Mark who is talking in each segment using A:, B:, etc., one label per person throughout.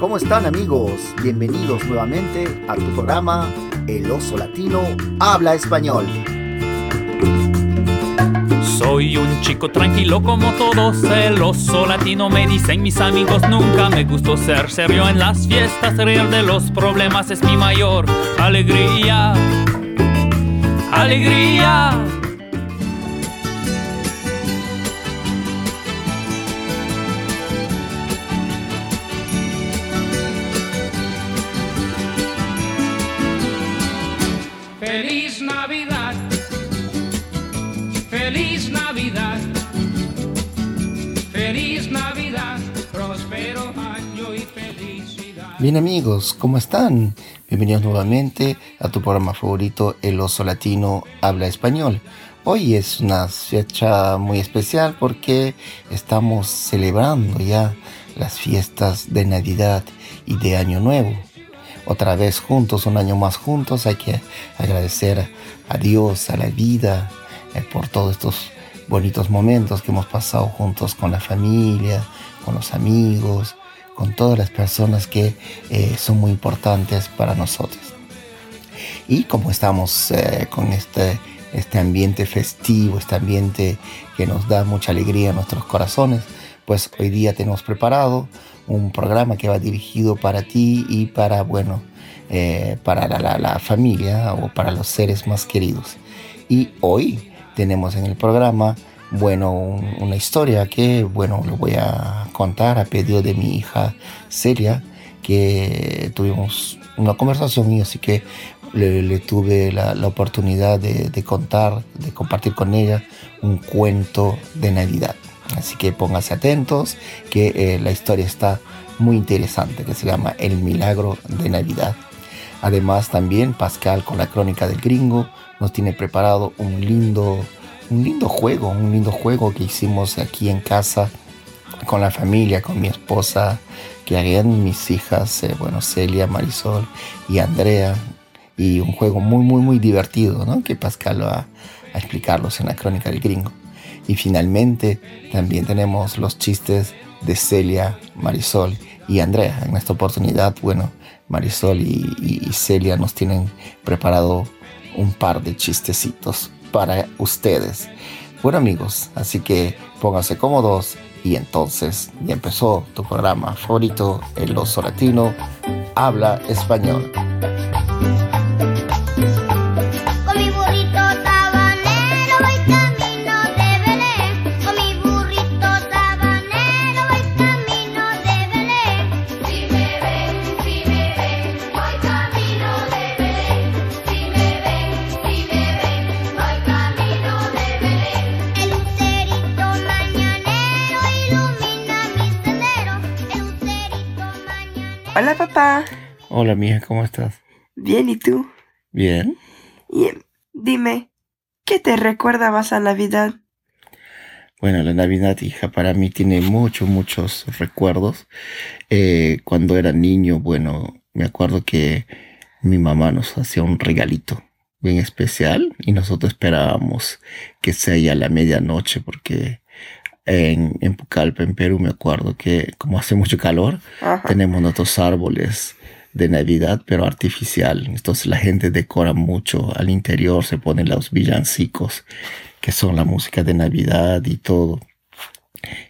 A: ¿Cómo están amigos? Bienvenidos nuevamente a tu programa El oso latino habla español.
B: Soy un chico tranquilo como todos, celoso latino me dicen mis amigos, nunca me gustó ser serio en las fiestas, real de los problemas es mi mayor alegría, alegría.
C: Feliz Navidad, feliz Navidad, feliz Navidad, próspero año y felicidad.
D: Bien amigos, ¿cómo están? Bienvenidos nuevamente a tu programa favorito El Oso Latino Habla Español. Hoy es una fecha muy especial porque estamos celebrando ya las fiestas de Navidad y de Año Nuevo. Otra vez juntos, un año más juntos, hay que agradecer a Dios, a la vida, eh, por todos estos bonitos momentos que hemos pasado juntos con la familia, con los amigos, con todas las personas que eh, son muy importantes para nosotros. Y como estamos eh, con este, este ambiente festivo, este ambiente que nos da mucha alegría a nuestros corazones, pues hoy día tenemos preparado un programa que va dirigido para ti y para, bueno, eh, para la, la- la familia o para los seres más queridos. Y hoy tenemos en el programa, bueno, un- una historia que, bueno, lo voy a contar a pedido de mi hija Celia, que tuvimos una conversación y así que le, le tuve la, la oportunidad de, de contar, de compartir con ella un cuento de Navidad. Así que pónganse atentos, que eh, la historia está muy interesante, que se llama El Milagro de Navidad. Además también Pascal con la crónica del gringo nos tiene preparado un lindo, un lindo juego, un lindo juego que hicimos aquí en casa con la familia, con mi esposa, que harían mis hijas, eh, bueno, Celia, Marisol y Andrea. Y un juego muy, muy, muy divertido, ¿no? Que Pascal va a explicarlos en la crónica del gringo. Y finalmente también tenemos los chistes de Celia, Marisol y Andrea. En esta oportunidad, bueno, Marisol y, y- y Celia nos tienen preparado un par de chistecitos para ustedes. Bueno amigos, así que pónganse cómodos y entonces ya empezó tu programa favorito, El Oso Latino, Habla Español.
E: Con mi burrito sabanero voy camino de Belén. Con mi burrito sabanero voy camino de Belén. Si me ven, si me ven, voy camino de Belén. Si me ven, si me ven, voy camino de Belén. El lucerito mañanero ilumina mi sendero. El lucerito mañanero.
F: Hola papá,
D: Hola mija, ¿cómo estás?
F: bien y tú.
D: Bien.
F: Y, em, dime, ¿qué te recuerda más a Navidad?
D: Bueno, la Navidad, hija, para mí tiene muchos, muchos recuerdos. Eh, cuando era niño, bueno, me acuerdo que mi mamá nos hacía un regalito bien especial y nosotros esperábamos que sea ya la medianoche porque en, en Pucallpa, en Perú, me acuerdo que como hace mucho calor,
F: Ajá.
D: tenemos nuestros árboles de Navidad, pero artificial. Entonces la gente decora mucho al interior, se ponen los villancicos, que son la música de Navidad y todo.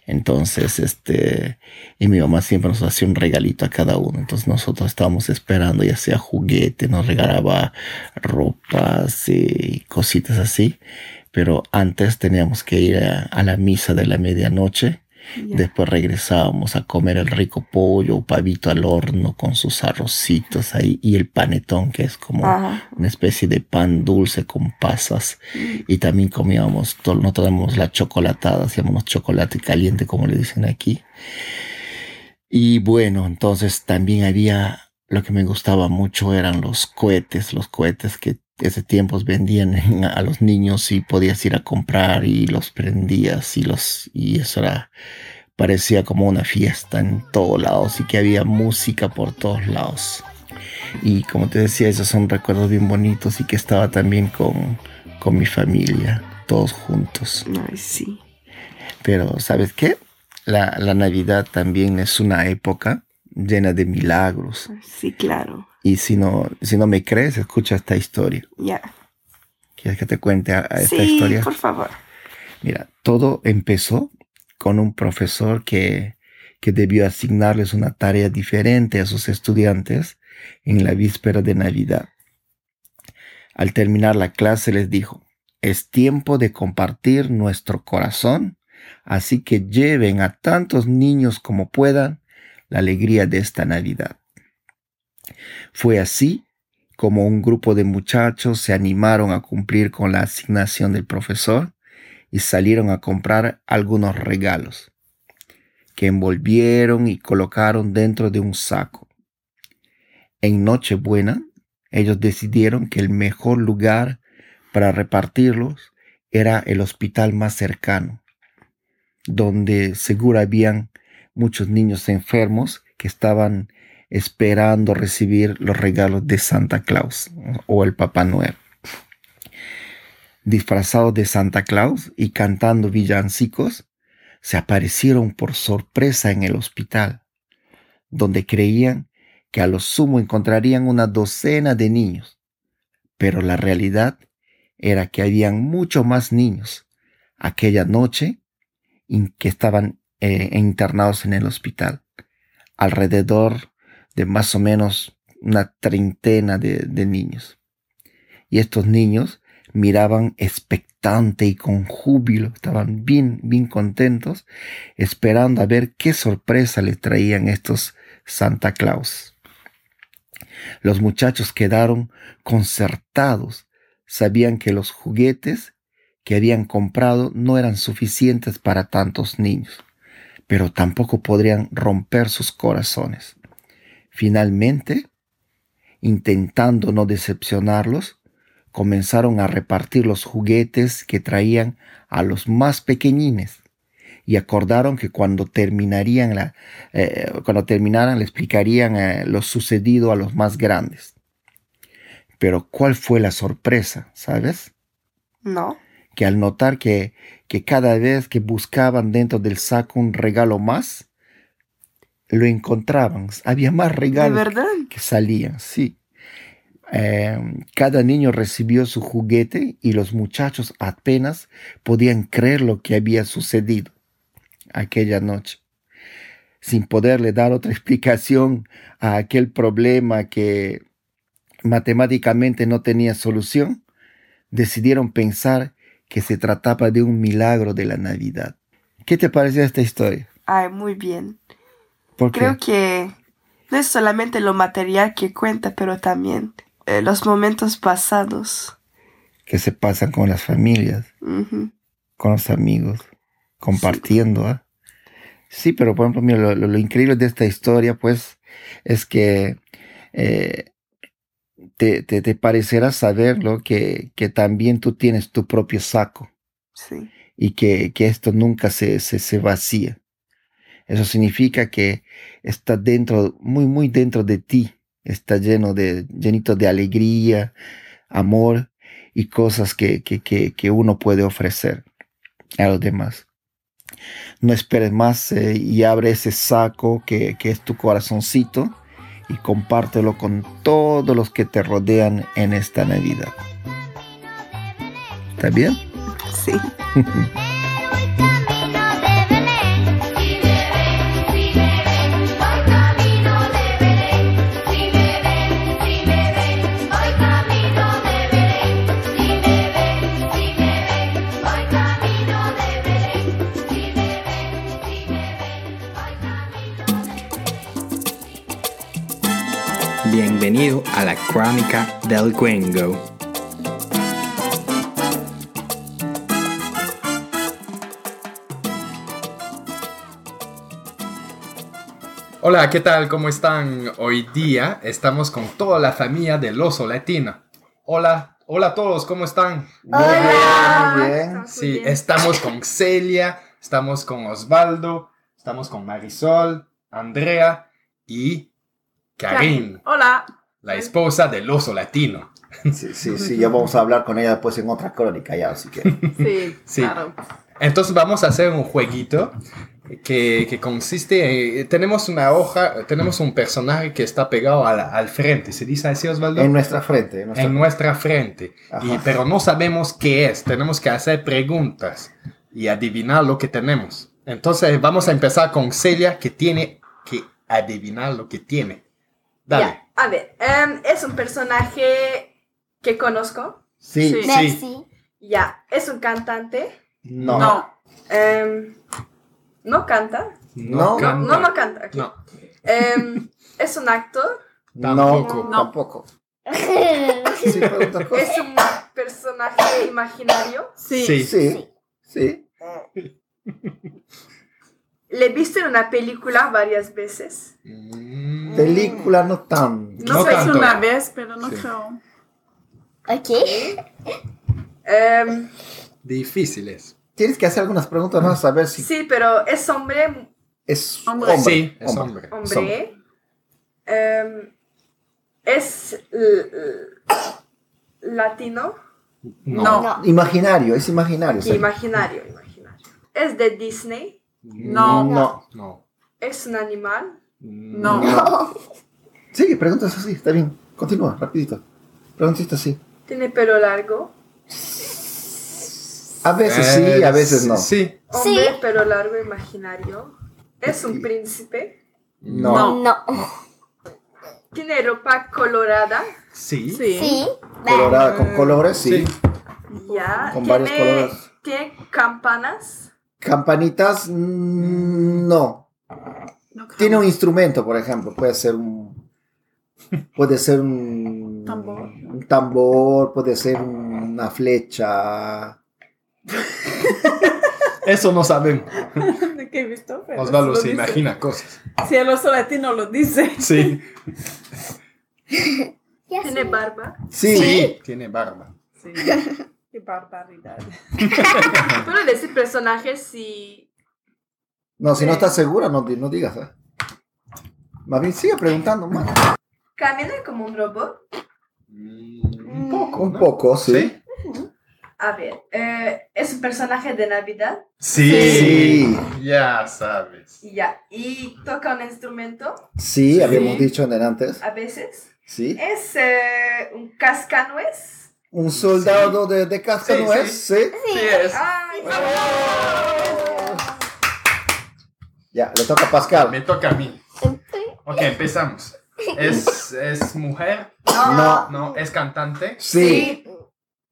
D: Entonces, este, y mi mamá siempre nos hacía un regalito a cada uno. Entonces nosotros estábamos esperando, ya sea juguete, nos regalaba ropas eh, y cositas así. Pero antes teníamos que ir a- a la misa de la medianoche.
F: Ya.
D: Después regresábamos a comer el rico pollo, pavito al horno con sus arrocitos ahí y el panetón que es como
G: Ah.
F: Ajá.
D: una especie de pan dulce con pasas. Y también comíamos, to- nosotros dábamos la chocolatada, hacíamos chocolate caliente como le dicen aquí. Y bueno, entonces también había, lo que me gustaba mucho eran los cohetes, los cohetes que ese tiempos vendían en- a los niños y podías ir a comprar y los prendías y los, y eso era, parecía como una fiesta en todos lados y que había música por todos lados. Y como te decía, esos son recuerdos bien bonitos y que estaba también con, con mi familia, todos juntos.
F: Ay, sí.
D: Pero, ¿sabes qué? La, la Navidad también es una época llena de milagros.
F: Sí, claro.
D: Y si no, si no me crees, escucha esta historia.
F: Ya.
D: ¿Quieres que te cuente a- a esta
F: Sí,
D: historia?
F: por favor.
D: Mira, todo empezó con un profesor que, que debió asignarles una tarea diferente a sus estudiantes en la víspera de Navidad. Al terminar la clase les dijo, es tiempo de compartir nuestro corazón, así que lleven a tantos niños como puedan la alegría de esta Navidad. Fue así como un grupo de muchachos se animaron a cumplir con la asignación del profesor y salieron a comprar algunos regalos que envolvieron y colocaron dentro de un saco. En Nochebuena, ellos decidieron que el mejor lugar para repartirlos era el hospital más cercano, donde seguro habían muchos niños enfermos que estaban esperando recibir los regalos de Santa Claus o el Papá Noel disfrazados de Santa Claus y cantando villancicos, se aparecieron por sorpresa en el hospital, donde creían que a lo sumo encontrarían una docena de niños, pero la realidad era que habían muchos más niños aquella noche en que estaban eh, internados en el hospital, alrededor de más o menos una treintena de- de niños. Y estos niños miraban expectante y con júbilo, estaban bien, bien contentos, esperando a ver qué sorpresa les traían estos Santa Claus. Los muchachos quedaron concertados, sabían que los juguetes que habían comprado no eran suficientes para tantos niños, pero tampoco podrían romper sus corazones. Finalmente, intentando no decepcionarlos, comenzaron a repartir los juguetes que traían a los más pequeñines y acordaron que cuando terminarían la, eh, cuando terminaran le explicarían eh, lo sucedido a los más grandes. Pero ¿cuál fue la sorpresa, sabes?
F: No.
D: que al notar que, que cada vez que buscaban dentro del saco un regalo más, lo encontraban. Había más
F: ¿De
D: regalos
F: verdad?
D: que salían, sí. Eh, cada niño recibió su juguete y los muchachos apenas podían creer lo que había sucedido aquella noche, sin poderle dar otra explicación a aquel problema que matemáticamente no tenía solución, decidieron pensar que se trataba de un milagro de la Navidad. ¿Qué te pareció esta historia?
F: Ay, muy bien.
D: ¿Por qué?
F: Creo que no es solamente lo material que cuenta, pero también eh, los momentos pasados.
D: que se pasan con las familias.
F: Ujú.
D: con los amigos, compartiendo. ¿ah? Sí, pero por ejemplo, mira, lo, lo- lo increíble de esta historia, pues, es que eh, te, te, te parecerá saberlo que, que también tú tienes tu propio saco
F: Sí.
D: y que, que esto nunca se, se, se vacía. Eso significa que está dentro, muy, muy dentro de ti, está lleno de, llenito de alegría, amor y cosas que, que, que, que uno puede ofrecer a los demás. No esperes más eh, y abre ese saco que, que es tu corazoncito y compártelo con todos los que te rodean en esta Navidad. ¿Está bien?
F: Sí.
E: Camino de Belén, si me ven, si me ven, voy camino de Belén. Si me ven, si me ven, voy camino de Belén. Si me ven, si me ven, voy camino de Belén. Si me ven, si me ven, voy camino.
H: Bienvenido a la crónica del Gringo.
I: Hola, ¿qué tal? ¿Cómo están? Hoy día estamos con toda la familia del oso latino. Hola, hola a todos, ¿cómo están?
D: Muy bien.
I: Sí, estamos con Celia, estamos con Osvaldo, estamos con Marisol, Andrea y Karim,
G: Hola.
I: la esposa del oso latino.
A: Sí, sí, sí, ya vamos a hablar con ella después en otra crónica, ya, así que.
G: Sí,
I: Sí.
G: claro.
I: Entonces vamos a hacer un jueguito que, que consiste en- tenemos una hoja, tenemos un personaje que está pegado al, al frente, ¿se dice así Osvaldo?
D: En nuestra frente. En nuestra
I: En nuestra frente,
D: Ajá.
I: y, pero no sabemos qué es, tenemos que hacer preguntas y adivinar lo que tenemos. Entonces vamos a empezar con Celia que tiene que adivinar lo que tiene. Dale.
G: Ya, A ver, em, es un personaje que conozco.
D: Sí.
G: Sí.
E: Messi,
G: Ya, es un cantante.
D: No.
G: Em, no canta.
D: No,
G: No,
I: canta.
G: no, no canta. ok.
I: No.
G: Em, es un actor.
I: Tampoco.
D: No, tampoco. Sí, pregunta cosas.
G: Es un personaje imaginario.
I: Sí.
D: Sí. Sí.
G: Le he visto en una película varias veces.
I: Mm,
D: Película no tan.
I: No
J: sé si
I: tanto.
J: una vez, pero no
D: Sí.
J: creo.
E: ok.
G: Em,
I: Difíciles.
D: Tienes que hacer algunas preguntas para saber si
G: sí, pero es hombre.
D: es
J: Hombre.
D: hombre.
I: Sí, es hombre.
G: Hombre. Em, es l- l- latino.
J: No.
D: Imaginario, es imaginario. sí.
G: Imaginario, imaginario. Es de Disney.
J: No.
D: No.
I: No.
G: Es un animal.
J: No.
D: Sí, preguntas así, está bien. Continúa, rapidito. Preguntas así.
G: Tiene pelo largo.
D: A veces sí,
I: Eh,
D: a veces no.
I: Sí.
G: Hombre,
E: Sí.
G: pelo largo imaginario. Es un príncipe.
D: No.
E: No.
G: Tiene ropa colorada.
I: Sí.
J: Sí.
E: Sí. Va.
D: Colorada, con colores, sí.
G: Ya.
D: Con
G: tiene,
D: varios colores.
G: Tiene campanas.
D: Campanitas, mm, no.
J: No creo.
D: Tiene un instrumento, por ejemplo. Puede ser un. Puede ser un.
J: Tambor.
D: Un tambor, puede ser una flecha.
I: Eso no sabemos.
J: ¿De qué he visto? Pero
I: Osvaldo
J: lo
I: se
J: dice.
I: imagina cosas.
J: Si el oso latino lo dice.
I: Sí.
E: Ya
G: Tiene
E: sé.
G: barba.
D: Sí.
I: Tiene barba.
J: Sí. Qué barbaridad.
G: Puedo decir personajes si.
D: No, si no estás segura, no, di- no digas. ¿eh? Más bien, sigue preguntando más.
G: Camina como un robot.
I: Un poco.
D: Un
I: ¿no?
D: poco, sí.
I: ¿Sí?
G: A ver. eh, es un personaje de Navidad.
I: Sí.
D: Sí.
I: Ya sabes.
G: Ya. Y toca un instrumento.
D: Sí, habíamos dicho en el antes.
G: A veces.
D: Sí.
G: Es eh, un cascanuez.
D: Un soldado de, de casca
I: Sí,
D: no
I: sí.
D: es, sí.
I: Sí es. Ah,
G: Ay,
D: Ya, le toca a
I: Me
D: Pascal.
I: toca a mí. Ok, empezamos. ¿Es, es mujer?
D: No.
I: No. ¿Es cantante?
D: Sí.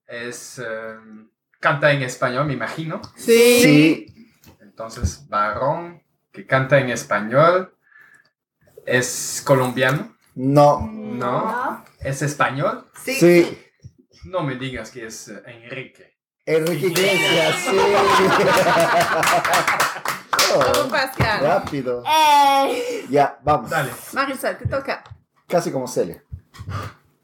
I: Es... em, canta en español, me imagino.
D: Sí.
I: Entonces, varón que canta en español. ¿Es colombiano?
D: No.
I: No. ¿Es español?
D: Sí.
I: No me digas que es eh, Enrique.
D: Enrique Iglesias, sí.
J: Vamos,
D: Oh,
J: Pascal.
D: rápido.
E: Eh,
D: Ya, vamos.
I: Dale.
J: Marisol, te toca.
D: Casi como Celia.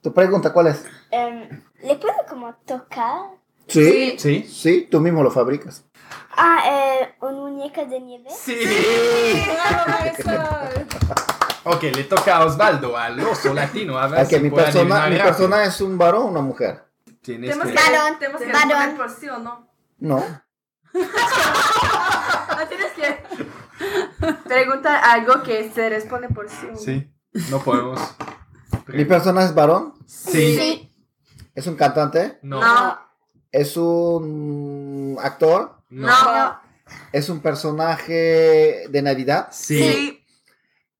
D: ¿Tu pregunta cuál es?
E: em, ¿Le puedo como tocar?
D: Sí.
I: ¿Sí?
D: Sí, tú mismo lo fabricas.
E: Ah, eh, un muñeco de nieve.
I: Sí.
J: Bravo, Marisol.
I: Ok, le toca a Osvaldo, al oso latino. A ver
D: Ah, que
I: si
D: mi
I: puede
D: persona,
I: adivinar
D: mi
I: rápido. este-
D: persona es un varón o una mujer.
I: Tienes
G: Tenemos
I: que...
G: que,
E: Varón,
G: tenemos que
E: varón.
G: responder por sí o no.
D: No.
G: No tienes que preguntar algo que se responde por sí o no.
I: Sí, no podemos.
D: Mi persona es varón.
I: Sí.
D: Es un cantante.
I: No.
G: No.
D: Es un actor.
I: No.
D: Es un personaje de Navidad.
I: Sí.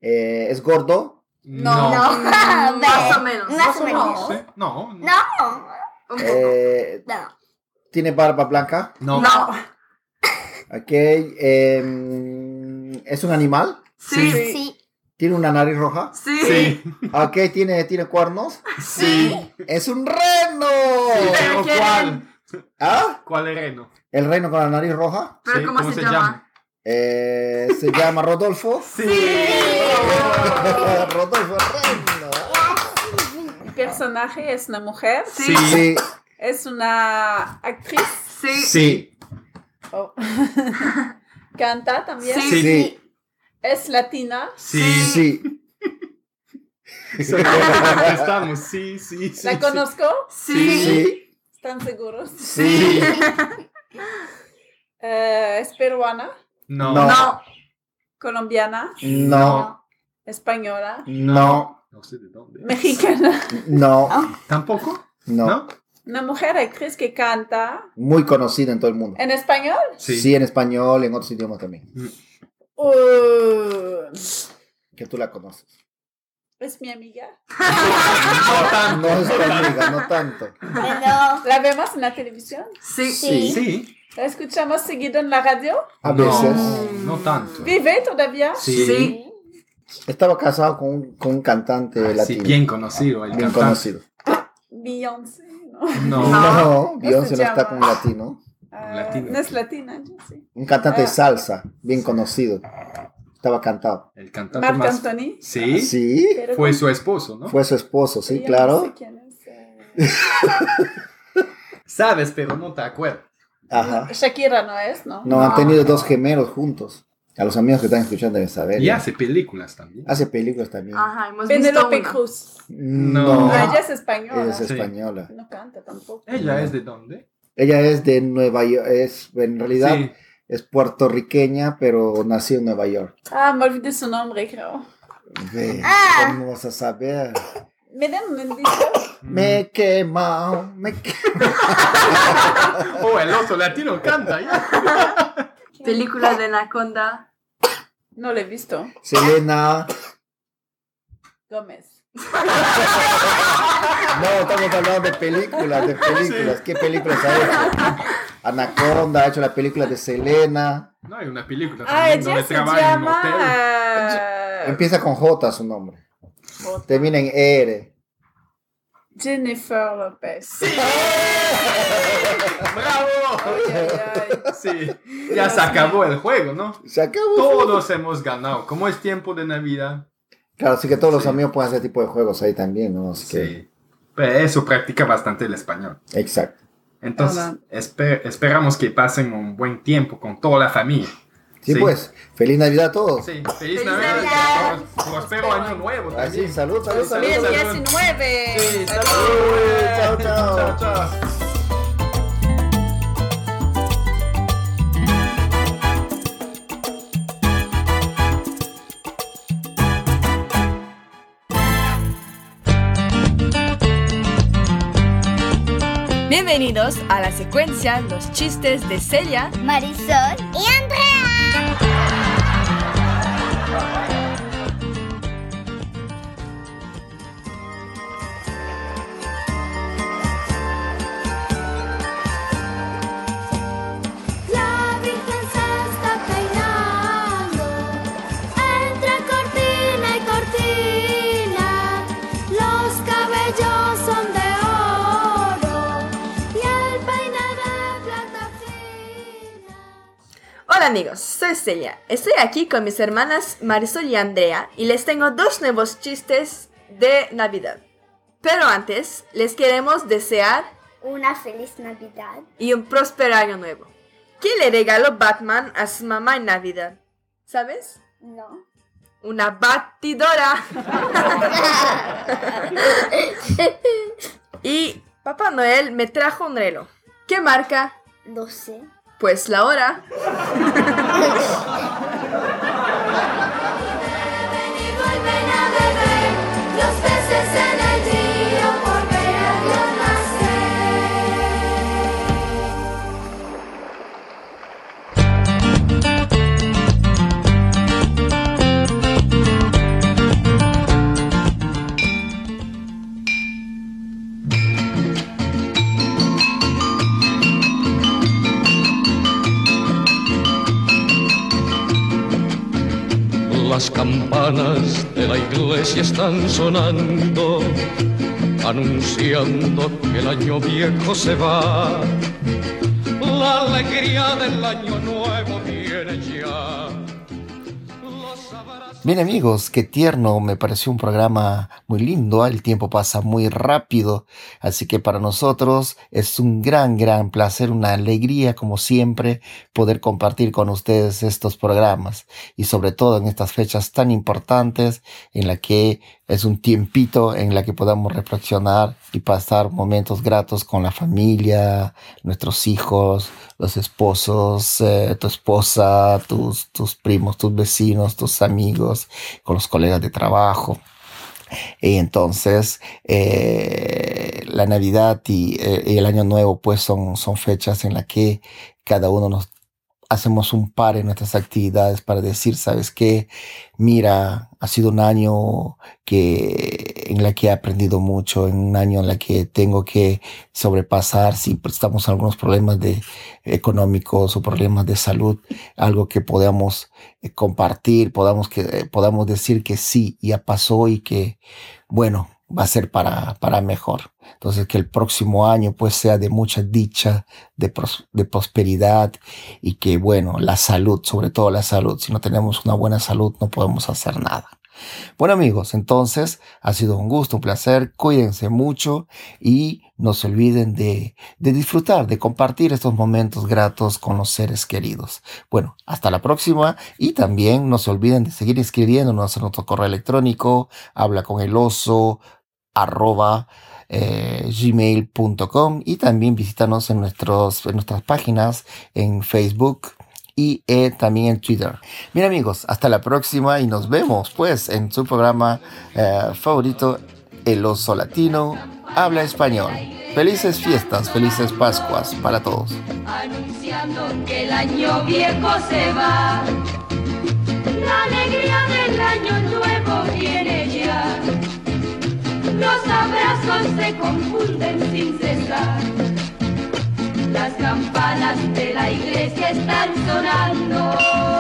D: Eh, es gordo.
I: No.
E: No,
G: Mm,
E: ve.
G: Más o menos.
E: Más o menos.
I: Sí. No.
E: No,
G: Un poco.
D: Eh,
E: no.
D: tiene barba blanca.
I: No.
D: Ok. em, es un animal.
G: Sí. Sí.
E: Sí,
D: Tiene una nariz roja.
G: Sí.
I: Sí.
D: Ok, tiene, tiene cuernos.
I: Sí.
D: Es un reno.
I: Pero
G: ¿quién?
I: ¿Cuál?
D: ¿Ah?
I: ¿Cuál es Reno?
D: El reno con la nariz roja.
G: Pero
I: Sí,
G: ¿cómo, se, llama?
D: Eh, se llama Rodolfo. Rodolfo Reno.
J: El personaje es una mujer.
G: Sí.
D: Sí.
J: Es una actriz.
G: Sí.
I: Sí.
J: Oh. Canta también.
G: Sí.
D: Sí.
J: Es latina.
I: Sí.
D: Sí.
I: Solo Estamos. Sí, sí, sí.
J: ¿La
I: sí.
J: conozco?
G: Sí.
D: Sí.
J: ¿Están seguros?
D: Sí.
J: Eh, es peruana.
I: No.
D: No.
G: No.
J: colombiana,
D: No,
J: española,
D: no,
I: No sé de dónde.
J: mexicana.
D: no,
I: ¿Tampoco?
D: no.
I: ¿No?
J: Una mujer actriz que canta
D: Muy conocida en todo el mundo.
J: en español.
D: Sí, en español, en otros idiomas también.
J: Uh,
D: Que tú la conoces.
J: es mi amiga.
I: Ah, No
D: No
I: tanto.
D: es tu amiga, no tanto.
E: Hello.
J: La vemos en la televisión.
G: Sí.
D: Sí.
I: Sí.
J: La escuchamos seguido en la radio.
D: A
I: No,
D: veces.
I: No, tanto.
J: Vive todavía.
I: Sí.
G: Sí.
D: Estaba casado con un, con un cantante
I: Ah, sí,
D: latino.
I: bien conocido. El
D: bien
I: cantante.
D: conocido.
J: Beyoncé. ¿no?
I: No.
D: No,
J: No
D: Beyoncé
J: se
D: no está
J: llama.
D: con un latino.
J: Ah,
I: Latina.
J: no es latina, yo sí.
D: Un cantante de
J: Ah.
D: salsa, bien conocido. Estaba cantado. Ah,
I: El cantante
J: Marc
I: más.
J: Anthony.
I: Sí.
D: Sí,
J: pero
I: Fue
J: con-
I: su esposo, ¿no?
D: fue su esposo,
J: pero
D: sí,
J: yo No sé
D: claro.
J: quién es, eh.
I: Sabes, pero no te acuerdas.
D: Ajá.
J: Shakira no es, ¿no?
D: No, han tenido dos gemelos juntos. A los amigos que están escuchando deben saber.
I: Y
D: ya.
I: hace películas también.
D: Hace películas también.
G: Ajá, hemos visto.
J: Penelope
G: una.
J: Cruz.
D: No,
J: No, ella es española.
D: es
I: Sí.
D: española.
J: No canta tampoco.
I: ¿Ella es de dónde?
D: Ella es de Nueva York, es, en realidad
I: Sí.
D: es puertorriqueña, pero nació en Nueva York.
J: Ah, me olvidé su nombre, creo.
D: Ve, ¿Cómo vas a saber?
J: ¿Me dan un indicio?
D: Me
I: Mm.
D: he quemado, me he quemado.
I: Oh, el oso latino canta ya.
G: Película de Anaconda.
J: No lo he visto.
D: Selena.
J: Gómez.
D: No, estamos hablando de películas, de películas. ¿Qué películas ha hecho? Anaconda ha hecho la película de Selena.
I: No hay una película
J: Ah,
I: también donde
J: ella se
I: trabaja en un
J: llama...
I: hotel.
J: eh,
D: Empieza con J su nombre. Termina en R.
J: Jennifer Lopez.
I: ¡Bravo!
J: Ay, ay, ay.
I: Sí, ya se acabó el juego, ¿no?
D: Se acabó.
I: Todos hemos ganado. Como es tiempo de Navidad,
D: Claro, así que todos los
I: Sí.
D: amigos pueden hacer tipo de juegos ahí también, ¿no? Así que-
I: sí. Pero eso practica bastante el español.
D: Exacto.
I: Entonces,
J: Hola.
I: espe- esperamos que pasen un buen tiempo con toda la familia.
D: Sí,
I: Sí.
D: pues, feliz Navidad a todos.
I: Sí, feliz,
G: Feliz
I: Navidad.
G: Navidad.
I: Pros- Próspero año nuevo
D: Así,
I: también.
D: salud, salud, salud.
I: Feliz
D: salud.
J: 2019.
I: Sí, salud.
D: Chao, chao.
I: Chao, chao.
K: Bienvenidos a la secuencia Los chistes de Celia.
E: Marisol y Andrea. La Virgen se está peinando entre cortina y cortina. Los cabellos son de oro y el peinado de plata fina.
K: Hola amigos, soy Celia. Estoy aquí con mis hermanas Marisol y Andrea y les tengo dos nuevos chistes de Navidad. Pero antes, les queremos desear
E: Una feliz Navidad.
K: y un próspero año nuevo. ¿Qué le regaló Batman a su mamá en Navidad? ¿Sabes?
E: No.
K: Una batidora. y Papá Noel me trajo un reloj. ¿Qué marca?
E: No sé.
K: Pues la hora.
E: Y vuelven a beber los peces en el río por ver a Dios nacer.
L: Las campanas de la iglesia están sonando, anunciando que el año viejo se va. La alegría del año nuevo viene ya. Los abrazos-
D: Bien amigos, qué tierno, me pareció un programa muy lindo, el tiempo pasa muy rápido, así que para nosotros es un gran, gran placer, una alegría como siempre poder compartir con ustedes estos programas y sobre todo en estas fechas tan importantes en la que es un tiempito en la que podamos reflexionar y pasar momentos gratos con la familia, nuestros hijos, los esposos, eh, tu esposa, tus, tus primos, tus vecinos, tus amigos, con los colegas de trabajo. Y entonces eh, la Navidad y, eh, y el Año Nuevo pues son, son fechas en las que cada uno nos hacemos un par en nuestras actividades para decir, ¿sabes qué? Mira, ha sido un año que, en la que he aprendido mucho, en un año en la que tengo que sobrepasar si estamos en algunos problemas de, económicos o problemas de salud, algo que podamos eh, compartir, podamos, que, eh, podamos decir que sí, ya pasó y que, bueno, va a ser para, para mejor. Entonces, que el próximo año pues sea de mucha dicha, de, pros- de prosperidad y que, bueno, la salud, sobre todo la salud. Si no tenemos una buena salud, no podemos hacer nada. Bueno amigos, entonces ha sido un gusto, un placer, cuídense mucho y no se olviden de, de disfrutar, de compartir estos momentos gratos con los seres queridos. Bueno, hasta la próxima y también no se olviden de seguir inscribiéndonos en nuestro correo electrónico, habla con el oso, arroba eh, gmail.com y también visítanos en, nuestros, en nuestras páginas en Facebook y eh, también en Twitter. Bien amigos, hasta la próxima y nos vemos pues en su programa eh, favorito, El Oso Latino Habla Español. Felices fiestas, felices Pascuas para todos.
M: anunciando que el año viejo se va. La alegría del año nuevo viene ya. Los abrazos se confunden sin cesar. Las campanas de la iglesia están sonando.